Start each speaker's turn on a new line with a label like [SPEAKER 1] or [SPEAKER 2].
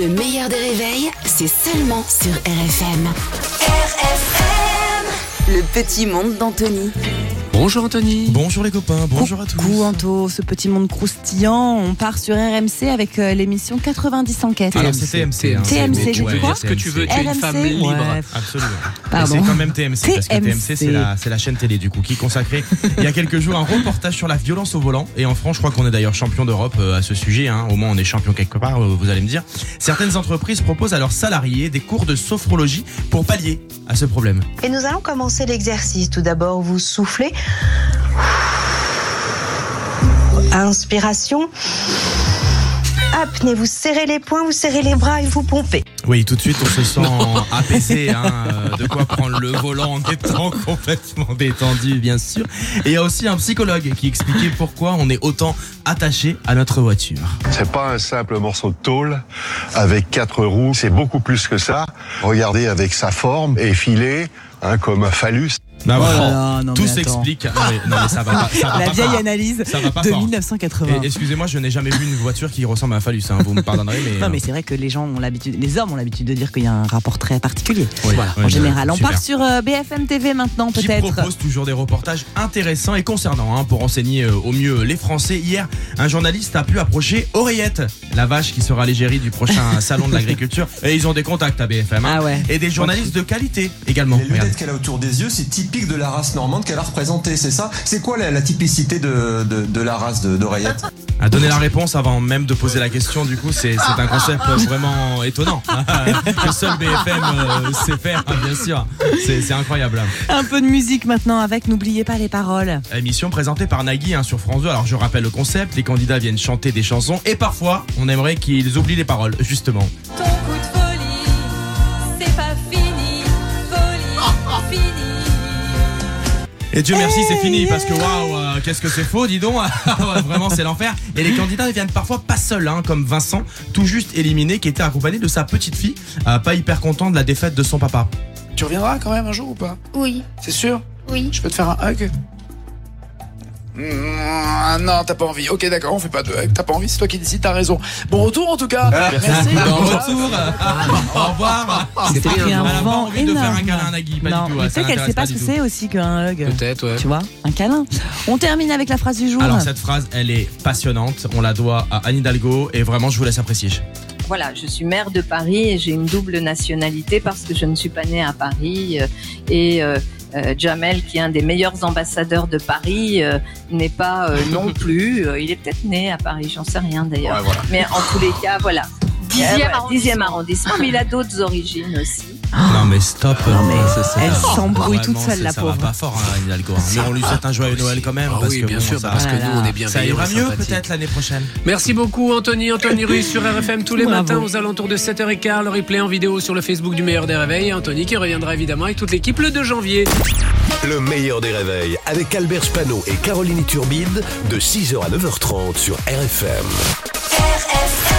[SPEAKER 1] Le meilleur des réveils, c'est seulement sur RFM. RFM Le petit monde d'Anthony.
[SPEAKER 2] Bonjour Anthony.
[SPEAKER 3] Bonjour les copains, bonjour à tous.
[SPEAKER 4] Coucou Anto, ce petit monde croustillant. On part sur RMC avec euh, l'émission 90 enquêtes.
[SPEAKER 3] Alors c'est TMC. hein.
[SPEAKER 4] TMC,
[SPEAKER 3] Mais tu
[SPEAKER 4] je
[SPEAKER 3] peux
[SPEAKER 4] crois.
[SPEAKER 3] dire ce que tu veux.
[SPEAKER 2] tu es une
[SPEAKER 4] RMC,
[SPEAKER 2] femme libre.
[SPEAKER 4] ouais.
[SPEAKER 3] Absolument. Et
[SPEAKER 4] Pardon.
[SPEAKER 3] C'est quand même TMC, parce que
[SPEAKER 4] TMC,
[SPEAKER 3] TMC c'est la, c'est la chaîne télé du coup qui consacrait il y a quelques jours un reportage sur la violence au volant. Et en France, je crois qu'on est d'ailleurs champion d'Europe euh, à ce sujet. hein. Au moins on est champion quelque part, euh, vous allez me dire. Certaines entreprises proposent à leurs salariés des cours de sophrologie pour pallier à ce problème.
[SPEAKER 5] Et nous allons commencer l'exercice. Tout d'abord, vous soufflez. Inspiration. Apnée, vous serrez les poings, vous serrez les bras et vous pompez.
[SPEAKER 3] Oui, tout de suite on se sent apaisé. hein, euh, de quoi prendre le volant en étant complètement détendu, bien sûr. Et il y a aussi un psychologue qui expliquait pourquoi on est autant attaché à notre voiture.
[SPEAKER 6] C'est pas un simple morceau de tôle avec quatre roues, c'est beaucoup plus que ça. Regardez avec sa forme, effilée, hein, comme un phallus.
[SPEAKER 3] Non,
[SPEAKER 4] Oh là
[SPEAKER 3] vraiment,
[SPEAKER 4] là, non,
[SPEAKER 3] tout
[SPEAKER 4] mais attends.
[SPEAKER 3] s'explique. Non, mais- non, mais ça va pas. ça va
[SPEAKER 4] La
[SPEAKER 3] pas
[SPEAKER 4] vieille
[SPEAKER 3] fort.
[SPEAKER 4] analyse
[SPEAKER 3] Ah, Ça va pas
[SPEAKER 4] de
[SPEAKER 3] fort.
[SPEAKER 4] 1980.
[SPEAKER 3] Et Excusez-moi, je n'ai jamais vu une voiture qui ressemble à un phallus. hein, Vous me pardonnerez, mais.
[SPEAKER 4] Non mais c'est vrai que les gens ont l'habitude, les hommes ont l'habitude de dire qu'il y a un rapport très particulier.
[SPEAKER 3] Oui, oui,
[SPEAKER 4] en général, on
[SPEAKER 3] super.
[SPEAKER 4] part sur euh, BFM TV maintenant
[SPEAKER 3] qui
[SPEAKER 4] peut-être.
[SPEAKER 3] propose toujours des reportages intéressants et concernants hein, pour enseigner euh, au mieux les Français. Hier, un journaliste a pu approcher Oreillette, la vache qui sera l'égérie du prochain salon de l'agriculture. Et ils ont des contacts à BFM. hein.
[SPEAKER 4] Ah ouais.
[SPEAKER 3] Et des journalistes de qualité également.
[SPEAKER 7] Les
[SPEAKER 3] Regardez.
[SPEAKER 7] lunettes qu'elle a autour des yeux, c'est typique de la race normande qu'elle a représentée, c'est ça C'est quoi la, la typicité de, de- de la race de- d'Oreillette
[SPEAKER 3] À donner la réponse avant même de poser la question, du coup, c'est c'est un concept euh, vraiment étonnant. que seul BFM euh, sait faire, hein, bien sûr. C'est c'est incroyable.
[SPEAKER 4] Un peu de musique maintenant avec n'oubliez pas les paroles.
[SPEAKER 3] Émission présentée par Nagui hein, sur France 2. Alors, je rappelle le concept les candidats viennent chanter des chansons et parfois, on aimerait qu'ils oublient les paroles, justement.
[SPEAKER 8] Ton coup de folie, c'est pas fini, folie, fini.
[SPEAKER 3] Et Dieu merci, c'est fini parce que waouh, euh, qu'est-ce que c'est faux, dis donc. Ouais, Vraiment, c'est l'enfer. Et les candidats ils viennent parfois pas seuls, hein, comme Vincent, tout juste éliminé, qui était accompagné de sa petite fille, euh, pas hyper content de la défaite de son papa.
[SPEAKER 9] Tu reviendras quand même un jour ou pas
[SPEAKER 10] Oui,
[SPEAKER 9] C'est sûr
[SPEAKER 10] oui.
[SPEAKER 9] Je peux te faire un hug Mmh, non, t'as pas envie. Ok, d'accord, on fait pas de hug. T'as pas envie, c'est toi qui décides, t'as raison. Bon retour en tout cas. Merci.
[SPEAKER 3] Ah. Bon
[SPEAKER 9] Au revoir.
[SPEAKER 3] retour. Au revoir.
[SPEAKER 2] C'était
[SPEAKER 4] pris
[SPEAKER 2] bien.
[SPEAKER 4] un
[SPEAKER 3] Elle a pas
[SPEAKER 4] vent
[SPEAKER 3] envie de faire un
[SPEAKER 4] énorme.
[SPEAKER 3] câlin à Nagui, pas
[SPEAKER 4] non,
[SPEAKER 3] du tout.
[SPEAKER 4] mais
[SPEAKER 3] ouais,
[SPEAKER 4] tu sais
[SPEAKER 3] ça
[SPEAKER 4] qu'elle
[SPEAKER 3] l'intéresse
[SPEAKER 4] sait pas,
[SPEAKER 3] pas
[SPEAKER 4] ce
[SPEAKER 3] du
[SPEAKER 4] que
[SPEAKER 3] tout.
[SPEAKER 4] c'est aussi qu'un hug.
[SPEAKER 2] Peut-être, ouais.
[SPEAKER 4] Tu vois, un câlin. On termine avec la phrase du jour.
[SPEAKER 3] Alors cette phrase, elle est passionnante. On la doit à Anne Hidalgo et vraiment, je vous laisse apprécier.
[SPEAKER 10] Voilà, je suis maire de Paris et j'ai une double nationalité parce que je ne suis pas née à Paris. euh, Et euh, euh, Jamel, qui est un des meilleurs ambassadeurs de Paris, euh, n'est pas euh, non plus. Euh, il est peut-être né à Paris, j'en sais rien d'ailleurs.
[SPEAKER 9] Ouais, voilà.
[SPEAKER 10] Mais en tous les cas, voilà.
[SPEAKER 8] Dixième
[SPEAKER 10] Euh, voilà,
[SPEAKER 8] arrondissement.
[SPEAKER 10] dixième arrondissement, mais il a d'autres origines aussi.
[SPEAKER 3] Non mais stop.
[SPEAKER 4] Oh. Non, mais
[SPEAKER 3] ça, ça-
[SPEAKER 4] elle s'embrouille
[SPEAKER 3] vraiment,
[SPEAKER 4] toute seule,
[SPEAKER 3] c'est-
[SPEAKER 4] la
[SPEAKER 3] ça
[SPEAKER 4] pauvre.
[SPEAKER 3] Va pas fort, hein, Anne Hidalgo. hein. Mais on lui souhaite un joyeux Noël quand même.
[SPEAKER 2] Ah
[SPEAKER 3] parce
[SPEAKER 2] oui,
[SPEAKER 3] que
[SPEAKER 2] bien
[SPEAKER 3] bon,
[SPEAKER 2] sûr,
[SPEAKER 3] ça,
[SPEAKER 2] parce que
[SPEAKER 4] Voilà.
[SPEAKER 2] nous, on est bien
[SPEAKER 3] ça
[SPEAKER 2] veillés, on
[SPEAKER 3] ira
[SPEAKER 2] est
[SPEAKER 3] mieux
[SPEAKER 2] sympathiques.
[SPEAKER 3] peut-être l'année prochaine.
[SPEAKER 11] Merci beaucoup Anthony, Anthony Ruiz sur RFM tous les
[SPEAKER 4] Bravo.
[SPEAKER 11] matins aux alentours de 7h15, le replay en vidéo sur le Facebook du meilleur des réveils, Anthony qui reviendra évidemment avec toute l'équipe le 2 janvier.
[SPEAKER 12] Le meilleur des réveils avec Albert Spano et Caroline Turbide de 6h à 9h30 sur RFM.
[SPEAKER 1] RFM